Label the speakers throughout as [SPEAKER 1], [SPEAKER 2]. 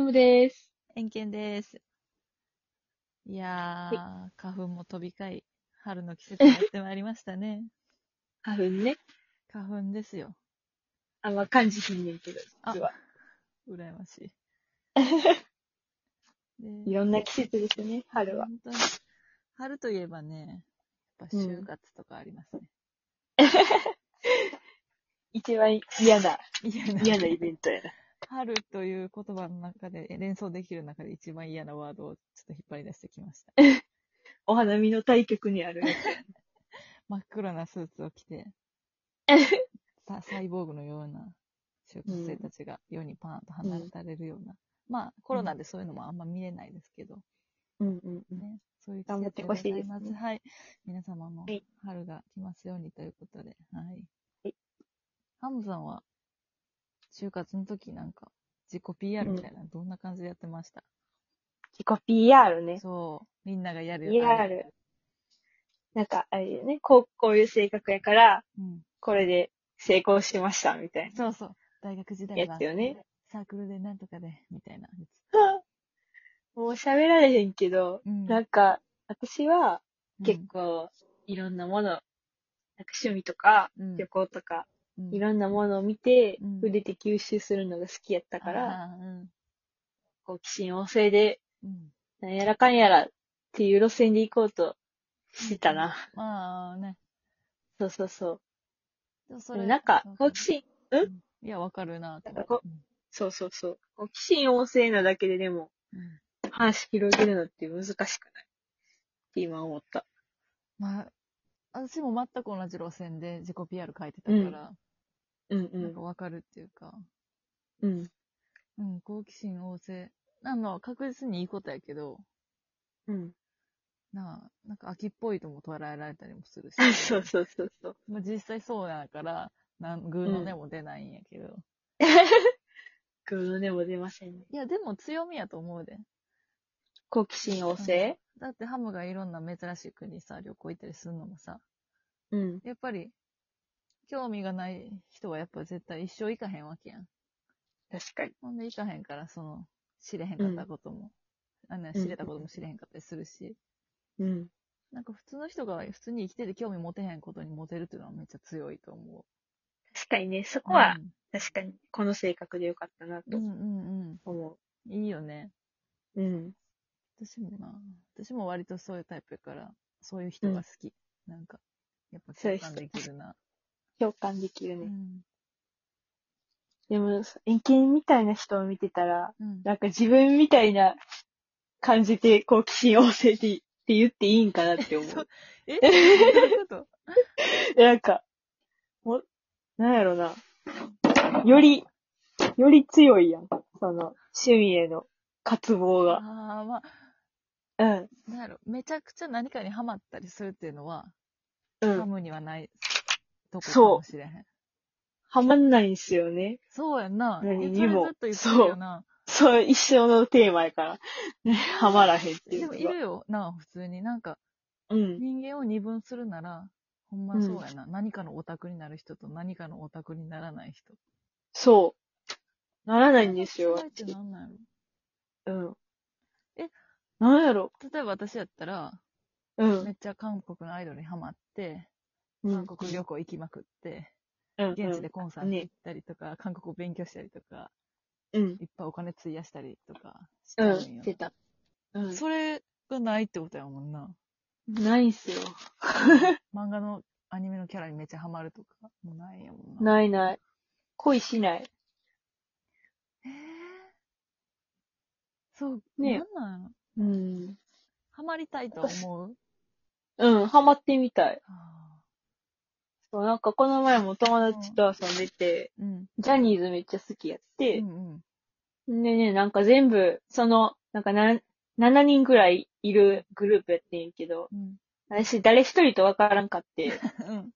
[SPEAKER 1] ムです。
[SPEAKER 2] 偏見です。いやー、花粉も飛び交い、春の季節がやってまいりましたね。
[SPEAKER 1] 花粉ね。
[SPEAKER 2] 花粉ですよ。
[SPEAKER 1] あんま感じひんねんけど、実は。
[SPEAKER 2] 羨まし い。
[SPEAKER 1] い
[SPEAKER 2] で
[SPEAKER 1] ろんな季節ですね、春は。
[SPEAKER 2] 本当に春といえばね、やっぱ就活とかありますね。
[SPEAKER 1] 一番嫌な、
[SPEAKER 2] いや
[SPEAKER 1] 嫌なイベントやな。
[SPEAKER 2] 春という言葉の中で、え連想できる中で一番嫌なワードをちょっと引っ張り出してきました。
[SPEAKER 1] お花見の対局にあるやつ。
[SPEAKER 2] 真っ黒なスーツを着て、さサイボーグのような就活生たちが世にパーンと離れられるような。まあ、コロナでそういうのもあんま見れないですけど、
[SPEAKER 1] うんうんうん。
[SPEAKER 2] ね、そういう
[SPEAKER 1] 頑張ってほしいですね
[SPEAKER 2] 季節ございますはい。皆様も
[SPEAKER 1] はい
[SPEAKER 2] 春が来ますようにということで、はい。
[SPEAKER 1] はい
[SPEAKER 2] ハムさんは、就活の時なんか、自己 PR みたいな、どんな感じでやってました、
[SPEAKER 1] 自己 PR ね。
[SPEAKER 2] そう、みんながやる
[SPEAKER 1] PR。なんか、あれだよね。こう、こういう性格やから、
[SPEAKER 2] うん。
[SPEAKER 1] これで成功しました、みたい
[SPEAKER 2] そうそう。大学時
[SPEAKER 1] な
[SPEAKER 2] 代
[SPEAKER 1] や
[SPEAKER 2] は
[SPEAKER 1] つ、よね。
[SPEAKER 2] サークルでなんとかで、みたいなやつ。
[SPEAKER 1] もう喋られへんけど、
[SPEAKER 2] うん
[SPEAKER 1] なんか、私は結
[SPEAKER 2] 構、
[SPEAKER 1] 構、いろんなもの、なんか趣味とか、
[SPEAKER 2] うん
[SPEAKER 1] 旅行とか、
[SPEAKER 2] うん
[SPEAKER 1] いろんなものを見て
[SPEAKER 2] うん、
[SPEAKER 1] 触れて吸収するのが好きやったから、
[SPEAKER 2] あーうん
[SPEAKER 1] 好奇心旺盛で、
[SPEAKER 2] うん、
[SPEAKER 1] なんやらかんやらっていう路線で行こうとしてたな。
[SPEAKER 2] まあね。
[SPEAKER 1] そうそうそう。
[SPEAKER 2] でもそ
[SPEAKER 1] でもなんか
[SPEAKER 2] わ、る
[SPEAKER 1] 好奇心、
[SPEAKER 2] いや、わかるなと
[SPEAKER 1] なんか
[SPEAKER 2] 思っ
[SPEAKER 1] こそうそうそう。好奇心旺盛なだけででも、
[SPEAKER 2] て。うん
[SPEAKER 1] 話広げるのって難しくないって今思った。
[SPEAKER 2] まあ、私も全く同じ路線で自己 PR 書いてたから、
[SPEAKER 1] うんう
[SPEAKER 2] なん
[SPEAKER 1] ん
[SPEAKER 2] か。わかるっていうか、
[SPEAKER 1] うん。
[SPEAKER 2] うん、好奇心旺盛。あの、確実にいいことやけど、
[SPEAKER 1] うん。。
[SPEAKER 2] なあ、なんか秋っぽいとも捉えられたりもするし
[SPEAKER 1] そうそうそうそう。
[SPEAKER 2] まあ実際そうやから、なん、グーの根も出ないんやけど。
[SPEAKER 1] グーの音も出ませんね。
[SPEAKER 2] いや、でも強みやと思うで。
[SPEAKER 1] 好奇心旺盛
[SPEAKER 2] だってハムがいろんな珍しい国さ、旅行行ったりするのもさ、
[SPEAKER 1] うん。
[SPEAKER 2] やっぱり、興味がない人はやっぱ絶対一生行かへんわけやん。
[SPEAKER 1] 確かに。
[SPEAKER 2] ほんで行かへんから、その、知れへんかったことも、あの
[SPEAKER 1] うん
[SPEAKER 2] 知れたことも知れへんかったりするし、
[SPEAKER 1] うん。
[SPEAKER 2] なんか普通の人が普通に生きてて興味持てへんことに持てるっていうのはめっちゃ強いと思。
[SPEAKER 1] 確かにね、そうこは、
[SPEAKER 2] うん
[SPEAKER 1] 確かに、この性格でよかったな
[SPEAKER 2] う
[SPEAKER 1] と
[SPEAKER 2] んうん
[SPEAKER 1] 思
[SPEAKER 2] うん。いいよね。
[SPEAKER 1] う。うん。
[SPEAKER 2] 私もな、私も割とそういうタイプやから、そういう人が好き。なんか、やっぱ
[SPEAKER 1] そうい
[SPEAKER 2] 共
[SPEAKER 1] う人
[SPEAKER 2] 感できるな。
[SPEAKER 1] 共感できる
[SPEAKER 2] う
[SPEAKER 1] ね。
[SPEAKER 2] ん。
[SPEAKER 1] でも、遠近みたいな人を見てたら、
[SPEAKER 2] うん。
[SPEAKER 1] なんか自分みたいな感じで好奇心旺盛でって言っていいんかな って思
[SPEAKER 2] そう
[SPEAKER 1] う。
[SPEAKER 2] え どういうこと
[SPEAKER 1] なんか、も、なんやろな。より、より強いやん。その、趣味への渇望が。
[SPEAKER 2] ああ、まあ、
[SPEAKER 1] うん。
[SPEAKER 2] なんやろ、めちゃくちゃ何かにハマったりするっていうのは、
[SPEAKER 1] う
[SPEAKER 2] ハ
[SPEAKER 1] ん。
[SPEAKER 2] ムにはないとこか
[SPEAKER 1] そう
[SPEAKER 2] もしれへん。
[SPEAKER 1] はまんないんすよね。
[SPEAKER 2] そうやんな。
[SPEAKER 1] 何
[SPEAKER 2] えそ
[SPEAKER 1] に
[SPEAKER 2] れ
[SPEAKER 1] も
[SPEAKER 2] ずっと言ってるよな。
[SPEAKER 1] そう、一生のテーマやから。 はまらへんってい
[SPEAKER 2] で
[SPEAKER 1] うの
[SPEAKER 2] も
[SPEAKER 1] が。
[SPEAKER 2] いるよな、普通に。なんか、
[SPEAKER 1] うん。
[SPEAKER 2] 人間を二分するなら、ほんまそうやな。何かのオタクになる人と何かのオタクにならない人。
[SPEAKER 1] そう。ならないんですよ
[SPEAKER 2] その。違いってなんなんや
[SPEAKER 1] うん。
[SPEAKER 2] え
[SPEAKER 1] なんやろ
[SPEAKER 2] ろ例えば私やったら、
[SPEAKER 1] うん
[SPEAKER 2] め。っちゃ韓国のアイドルにハマって、韓国旅行行きまくって、
[SPEAKER 1] うん
[SPEAKER 2] 現地でコンサート
[SPEAKER 1] ね
[SPEAKER 2] 行ったりとか、韓国を勉強したりとか、
[SPEAKER 1] うん。
[SPEAKER 2] いっぱいお金費やしたりとかして
[SPEAKER 1] う
[SPEAKER 2] るんよ。
[SPEAKER 1] ん。出た。うん。
[SPEAKER 2] それがないってことやもんな。
[SPEAKER 1] ないんすよ。
[SPEAKER 2] 漫画のアニメのキャラにめっちゃハマるとか、もうないやもんな。
[SPEAKER 1] ないない。恋しない。
[SPEAKER 2] えーそう、
[SPEAKER 1] ね
[SPEAKER 2] なんなんやろ
[SPEAKER 1] うん。
[SPEAKER 2] ハマりたいとは思う
[SPEAKER 1] うん、ハマってみたい。
[SPEAKER 2] あ
[SPEAKER 1] そう、なんかこの前も友達と遊んでて、
[SPEAKER 2] ーうん。
[SPEAKER 1] ジャニーズめっちゃ好きやっ
[SPEAKER 2] う
[SPEAKER 1] て、
[SPEAKER 2] んうん。
[SPEAKER 1] でね、なんか全部、その、なんかな、7人ぐらいいるグループやってんけど、
[SPEAKER 2] うん。
[SPEAKER 1] 私誰一人とわからんかって、
[SPEAKER 2] うん。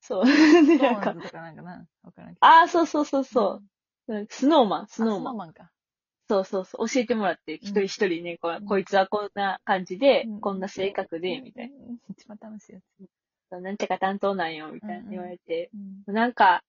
[SPEAKER 1] そう。で、
[SPEAKER 2] そ
[SPEAKER 1] な
[SPEAKER 2] う
[SPEAKER 1] ん
[SPEAKER 2] な
[SPEAKER 1] か
[SPEAKER 2] ん、とかなんかな。わからんけど。
[SPEAKER 1] ああ、そうそうそうそう、うんスノーマン、
[SPEAKER 2] ス
[SPEAKER 1] ス
[SPEAKER 2] ノ
[SPEAKER 1] ノ
[SPEAKER 2] ー
[SPEAKER 1] ーマン。
[SPEAKER 2] マンか。
[SPEAKER 1] そうそうそう、教えてもらって、一人一人ね、こ
[SPEAKER 2] うん
[SPEAKER 1] こいつはこんな感じで、
[SPEAKER 2] うん
[SPEAKER 1] こんな性格で、みたいな。
[SPEAKER 2] な。一番楽しいやつ。
[SPEAKER 1] なんちゃか担当なんよ、みたいな
[SPEAKER 2] うんうん
[SPEAKER 1] 言われて。
[SPEAKER 2] うん。
[SPEAKER 1] なんか、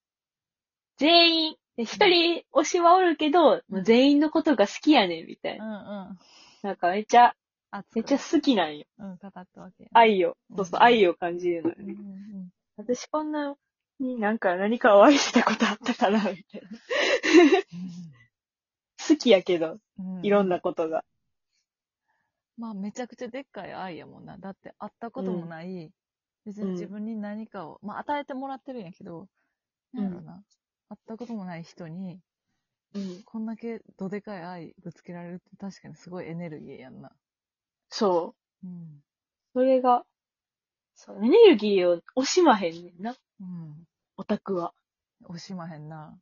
[SPEAKER 1] 全員、で一人推しはおるけど、もう全員のことが好きやねん、みたい
[SPEAKER 2] うん
[SPEAKER 1] な。
[SPEAKER 2] うん。
[SPEAKER 1] なんかめっちゃ、
[SPEAKER 2] 熱く
[SPEAKER 1] めっちゃ好きなんよ。
[SPEAKER 2] うん、語ったわけ。
[SPEAKER 1] 愛を。
[SPEAKER 2] うん
[SPEAKER 1] そうそう、愛を感じるのよ
[SPEAKER 2] うん
[SPEAKER 1] ね。
[SPEAKER 2] うん
[SPEAKER 1] 私こんなになんか何かを愛したことあったかな、みたいな。好きやけど、
[SPEAKER 2] う ん。
[SPEAKER 1] いろん
[SPEAKER 2] な。
[SPEAKER 1] なことが。
[SPEAKER 2] まあ、めちゃくちゃでっかい愛やもんな。だって、会ったこともない、別に自分に何かを、まあ、与えてもらってるんやけど、
[SPEAKER 1] うん
[SPEAKER 2] なんやろな。会ったこともない人に、
[SPEAKER 1] うん。
[SPEAKER 2] こんだけどでかい愛ぶつけられるって確かにすごいエネルギーやんな。
[SPEAKER 1] そう。
[SPEAKER 2] うん。
[SPEAKER 1] それが、そう、エネルギーを惜しまへんねんな、
[SPEAKER 2] うん。
[SPEAKER 1] オタクは。
[SPEAKER 2] 惜しまへんな。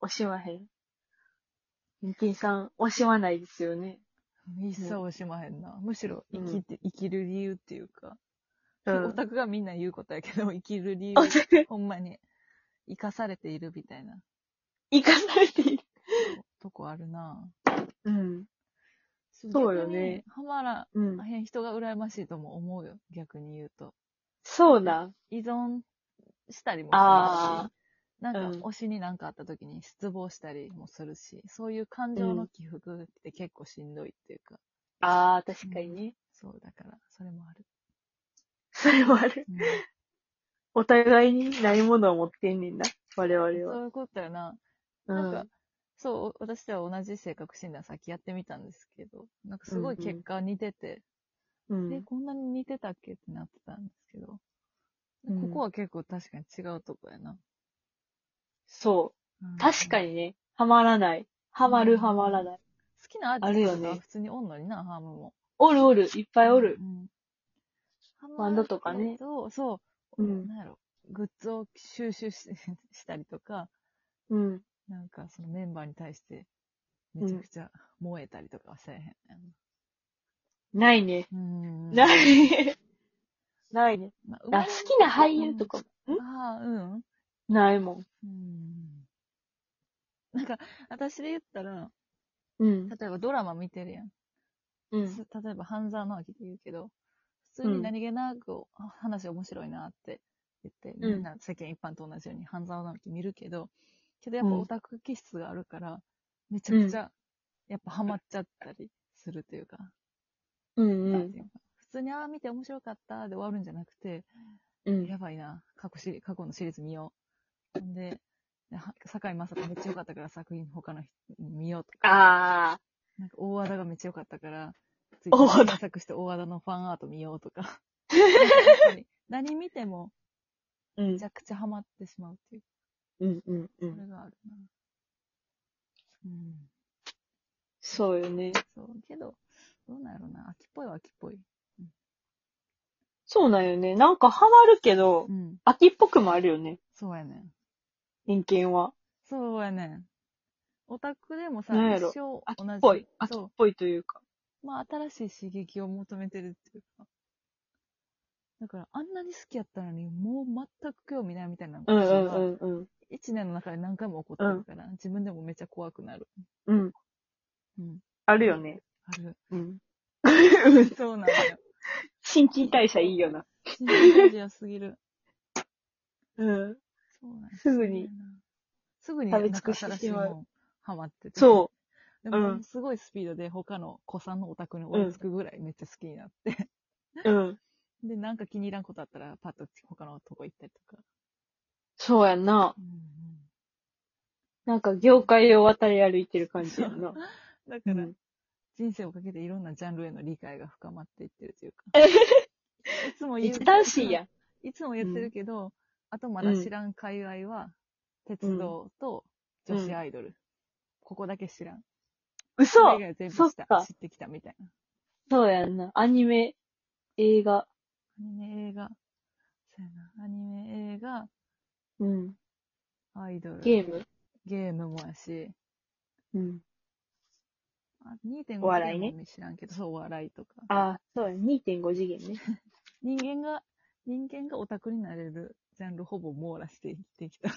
[SPEAKER 1] 惜しまへん。ミンキンさん、惜しまないですよね。
[SPEAKER 2] 一切惜しまへんな。むしろ、生きて、生きる理由っていうか、
[SPEAKER 1] うん
[SPEAKER 2] オタクがみんな言うことやけど、生きる理由、
[SPEAKER 1] おつく、
[SPEAKER 2] ほんまに、生かされているみたいな
[SPEAKER 1] 生かされている。
[SPEAKER 2] とこあるな。
[SPEAKER 1] うん。
[SPEAKER 2] そう
[SPEAKER 1] よね。
[SPEAKER 2] ハマら
[SPEAKER 1] うん。
[SPEAKER 2] へん人が羨ましいとも思うよ。逆に言うと。
[SPEAKER 1] そうなん。
[SPEAKER 2] 依存したりも
[SPEAKER 1] あ
[SPEAKER 2] するし、なんか
[SPEAKER 1] うん
[SPEAKER 2] 推しになんかあった時に失望したりもするし、そういう感情の起伏って結構しんどいっていうか、
[SPEAKER 1] ああ、確かにね。
[SPEAKER 2] そうだから、それもある。
[SPEAKER 1] それもある。
[SPEAKER 2] うん
[SPEAKER 1] お互いにないものを持ってんねんな。我々は。
[SPEAKER 2] そういうことやな。
[SPEAKER 1] う
[SPEAKER 2] なんか、
[SPEAKER 1] ん。
[SPEAKER 2] そう、私では同じ性格診断さっきやってみたんですけど、なんかすごい
[SPEAKER 1] うんうん
[SPEAKER 2] 結果似てて、
[SPEAKER 1] う
[SPEAKER 2] え、
[SPEAKER 1] ん。
[SPEAKER 2] こんなに似てたっけってなってたんですけど、
[SPEAKER 1] うん
[SPEAKER 2] ここは結構確かに違うとこやな。
[SPEAKER 1] そうう。
[SPEAKER 2] ん
[SPEAKER 1] 確か
[SPEAKER 2] 好
[SPEAKER 1] にね。ハマらない。ハマ
[SPEAKER 2] う
[SPEAKER 1] る、
[SPEAKER 2] ん
[SPEAKER 1] ハマらない。
[SPEAKER 2] きなアーティストとか普通におんのにな、ハームも。
[SPEAKER 1] おるおる、いっぱいおる
[SPEAKER 2] う。ん。
[SPEAKER 1] バンドとかね
[SPEAKER 2] ハマるけどそうう、
[SPEAKER 1] ん。
[SPEAKER 2] なんやろ、グッズを収集ししたりとか、
[SPEAKER 1] うん。
[SPEAKER 2] なんかそのメンバーに対して、めちゃくちゃ燃えたりとかはせえへん。
[SPEAKER 1] ないね。
[SPEAKER 2] うん。
[SPEAKER 1] ない。ないね。
[SPEAKER 2] まあ
[SPEAKER 1] あ、好きな俳優と。かも。
[SPEAKER 2] 生まれるうんああ、うん。
[SPEAKER 1] ないもん。
[SPEAKER 2] うんなんか、私で言ったら、
[SPEAKER 1] うん。
[SPEAKER 2] 例えばドラマ見てるやん。
[SPEAKER 1] うん。
[SPEAKER 2] 例えば、半沢直樹で言うけど、普通に何気なく、あ話面白いなって言って、
[SPEAKER 1] うん
[SPEAKER 2] みんな世間一般と同じように半沢直樹見るけど、けどやっぱ
[SPEAKER 1] うん
[SPEAKER 2] オタク気質があるから、めちゃくちゃ、やっぱハマっちゃったりするというか、
[SPEAKER 1] うんう
[SPEAKER 2] なん
[SPEAKER 1] ん
[SPEAKER 2] ていうか普通に、ああ、見て面白かったで終わるんじゃなくて、
[SPEAKER 1] うん。
[SPEAKER 2] やばいな。過去シリ過去のシリーズ見よう。ほんで、では堺井雅人めっちゃ良かったから作品他の人見ようとか。
[SPEAKER 1] あ
[SPEAKER 2] なんか大和田がめっちゃ良かったから、ツ イ
[SPEAKER 1] 大和田
[SPEAKER 2] 検索して大和田のファンアート見ようとか。 なんかやっぱり何見ても
[SPEAKER 1] ー。うん
[SPEAKER 2] めち。ゃくちゃハマってしまうっていう。
[SPEAKER 1] うんうんう
[SPEAKER 2] そ
[SPEAKER 1] ん。
[SPEAKER 2] れがあるな。うん。
[SPEAKER 1] そうよね。
[SPEAKER 2] そう。けど、どうなんやろな。秋っぽいは秋っぽい。
[SPEAKER 1] そうなんよね。なんかハマるけど
[SPEAKER 2] う、ん。
[SPEAKER 1] 秋っぽくもあるよね。
[SPEAKER 2] そうやねん。
[SPEAKER 1] 人間は。
[SPEAKER 2] そうやねん。オタクでもさ、
[SPEAKER 1] なんや
[SPEAKER 2] 一
[SPEAKER 1] ろ
[SPEAKER 2] 生同じ。
[SPEAKER 1] 秋っぽい。秋っ
[SPEAKER 2] そう。
[SPEAKER 1] ぽいというか。
[SPEAKER 2] まあ、新しい刺激を求めてるっていうか。だから、あんなに好きやったのに、もう全く興味ないみたいなの
[SPEAKER 1] うんう
[SPEAKER 2] が、
[SPEAKER 1] んうんうん。
[SPEAKER 2] 一年の中で何回も起こってるから、自分でもめっちゃ怖くなる。
[SPEAKER 1] うん。
[SPEAKER 2] うん。
[SPEAKER 1] あるよね。
[SPEAKER 2] あ る。
[SPEAKER 1] うん。
[SPEAKER 2] そうなんだよ。
[SPEAKER 1] 新陳代謝いいよな。
[SPEAKER 2] 新鮮ジアすぎる。
[SPEAKER 1] うん。
[SPEAKER 2] そうなんです
[SPEAKER 1] ぐに。
[SPEAKER 2] すぐに、
[SPEAKER 1] 食べ尽くして
[SPEAKER 2] なんか新
[SPEAKER 1] しまう
[SPEAKER 2] いもんハマってて。。
[SPEAKER 1] そう
[SPEAKER 2] で
[SPEAKER 1] う
[SPEAKER 2] も、
[SPEAKER 1] ん
[SPEAKER 2] すごいスピードで他の子さんのオタクに追いつくぐらいめっちゃ好きになって。
[SPEAKER 1] う。うん。
[SPEAKER 2] で、なんか気に入らんことあったら、パッと他のとこ行ったりとか。
[SPEAKER 1] そうやんな。
[SPEAKER 2] うんうん
[SPEAKER 1] なんか業界を渡り歩いてる感じやんな。
[SPEAKER 2] だ
[SPEAKER 1] う
[SPEAKER 2] から、
[SPEAKER 1] ん。
[SPEAKER 2] 人生をかけていろんなジャンルへの理解が深まっていってるというか。
[SPEAKER 1] え
[SPEAKER 2] いつも言う。
[SPEAKER 1] 一楽しいやん。
[SPEAKER 2] いつも言ってるけど、あとまだ知らん界隈は、鉄道と女子アイドル。ここだけ知らん。
[SPEAKER 1] 嘘
[SPEAKER 2] れ以外全部
[SPEAKER 1] そっ
[SPEAKER 2] 知った
[SPEAKER 1] か
[SPEAKER 2] 知ってきたみたいな。
[SPEAKER 1] そうやんな。アニメ、映画。
[SPEAKER 2] アニメ映画。そうやな。アニメ映画、
[SPEAKER 1] うん。
[SPEAKER 2] アイドル。
[SPEAKER 1] ゲーム。
[SPEAKER 2] ゲームもやし。
[SPEAKER 1] うん。
[SPEAKER 2] あ2.5
[SPEAKER 1] お笑いね
[SPEAKER 2] 次元も知らんけど、そう、お笑いとか。
[SPEAKER 1] ああ、そうや。2.5次元ね。
[SPEAKER 2] 人間が、人間がオタクになれるジャンルほぼ網羅して生きてきた。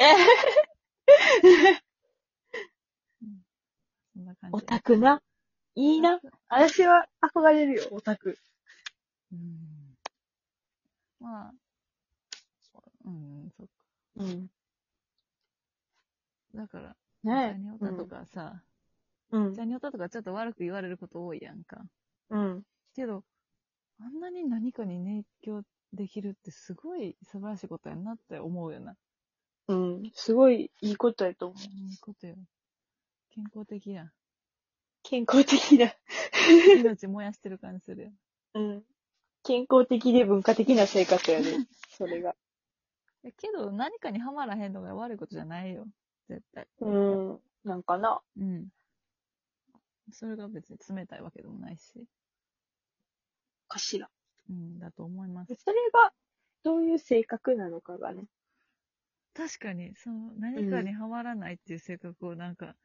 [SPEAKER 2] うんそんな感 じ。
[SPEAKER 1] オタクな。いいな。私は憧れるよ、オタク。
[SPEAKER 2] うん。まあ、うん、そっか。
[SPEAKER 1] うん。
[SPEAKER 2] だから、ジャ
[SPEAKER 1] ね
[SPEAKER 2] ニオタとかさ、
[SPEAKER 1] うん
[SPEAKER 2] ジ。ャニオタとかちょっと悪く言われること多いやんか。
[SPEAKER 1] うん。
[SPEAKER 2] けど、あんなに何かに熱狂できるってすごい素晴らしいことやなって思うよな。
[SPEAKER 1] うん。すごいいいことやと思う。
[SPEAKER 2] いいことよ。健康的やん。
[SPEAKER 1] 健康的な。
[SPEAKER 2] 命燃やしてる感じするよ。
[SPEAKER 1] うん。健康的で文化的な生活や ね。それが。
[SPEAKER 2] いやけど、何かにはまらへんのが悪いことじゃないよ。絶対。
[SPEAKER 1] うん。なんかな。
[SPEAKER 2] うん。それが別に冷たいわけでもないし。
[SPEAKER 1] かしら。
[SPEAKER 2] うん、だと思います。
[SPEAKER 1] それが、どういう性格なのかがね。
[SPEAKER 2] 確かに、その、何かにはまらないっていう性格をなんか、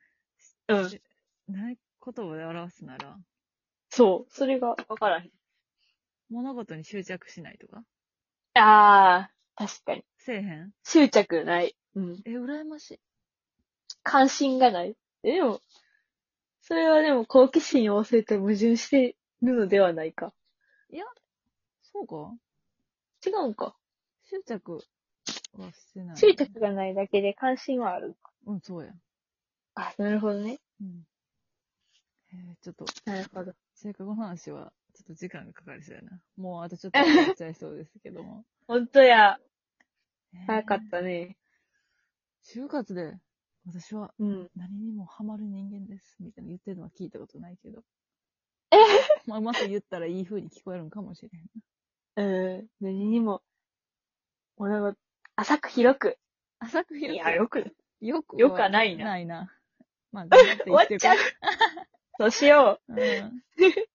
[SPEAKER 1] うん
[SPEAKER 2] しない言葉で表すなら、
[SPEAKER 1] そう。それがわからへん。
[SPEAKER 2] 物事に執着しないとか
[SPEAKER 1] ああ、確かに。
[SPEAKER 2] せえへん
[SPEAKER 1] 執着ない。うん。
[SPEAKER 2] え、羨ましい。
[SPEAKER 1] 関心がない。えでも、それはでも好奇心を旺盛と矛盾してるのではないか。
[SPEAKER 2] そうか
[SPEAKER 1] 違うんか。
[SPEAKER 2] 執着はしてない。
[SPEAKER 1] 執着がないだけで関心はある。
[SPEAKER 2] うん、そうや。
[SPEAKER 1] あ、なるほどね。
[SPEAKER 2] うん。えー、ちょっと、
[SPEAKER 1] なるほど。
[SPEAKER 2] 性格の話は、ちょっと時間がかかりそうやな。もうあとちょっと終わっちゃいそうですけども。
[SPEAKER 1] 本当や。
[SPEAKER 2] えー
[SPEAKER 1] 早かったね。
[SPEAKER 2] 就活で、私は
[SPEAKER 1] うん。
[SPEAKER 2] 何にもハマる人間です、みたいな言ってるのは聞いたことないけど。まあ、うまく言ったらいい風に聞こえるんかもしれん。
[SPEAKER 1] うん。何にも、俺は、浅く広く。
[SPEAKER 2] 浅く広く。
[SPEAKER 1] よく。
[SPEAKER 2] よくは。
[SPEAKER 1] よくはないな
[SPEAKER 2] ないな。まあ、頑張って
[SPEAKER 1] 終わっ
[SPEAKER 2] 生きてい
[SPEAKER 1] ちゃう。そうしよう。
[SPEAKER 2] こう。うん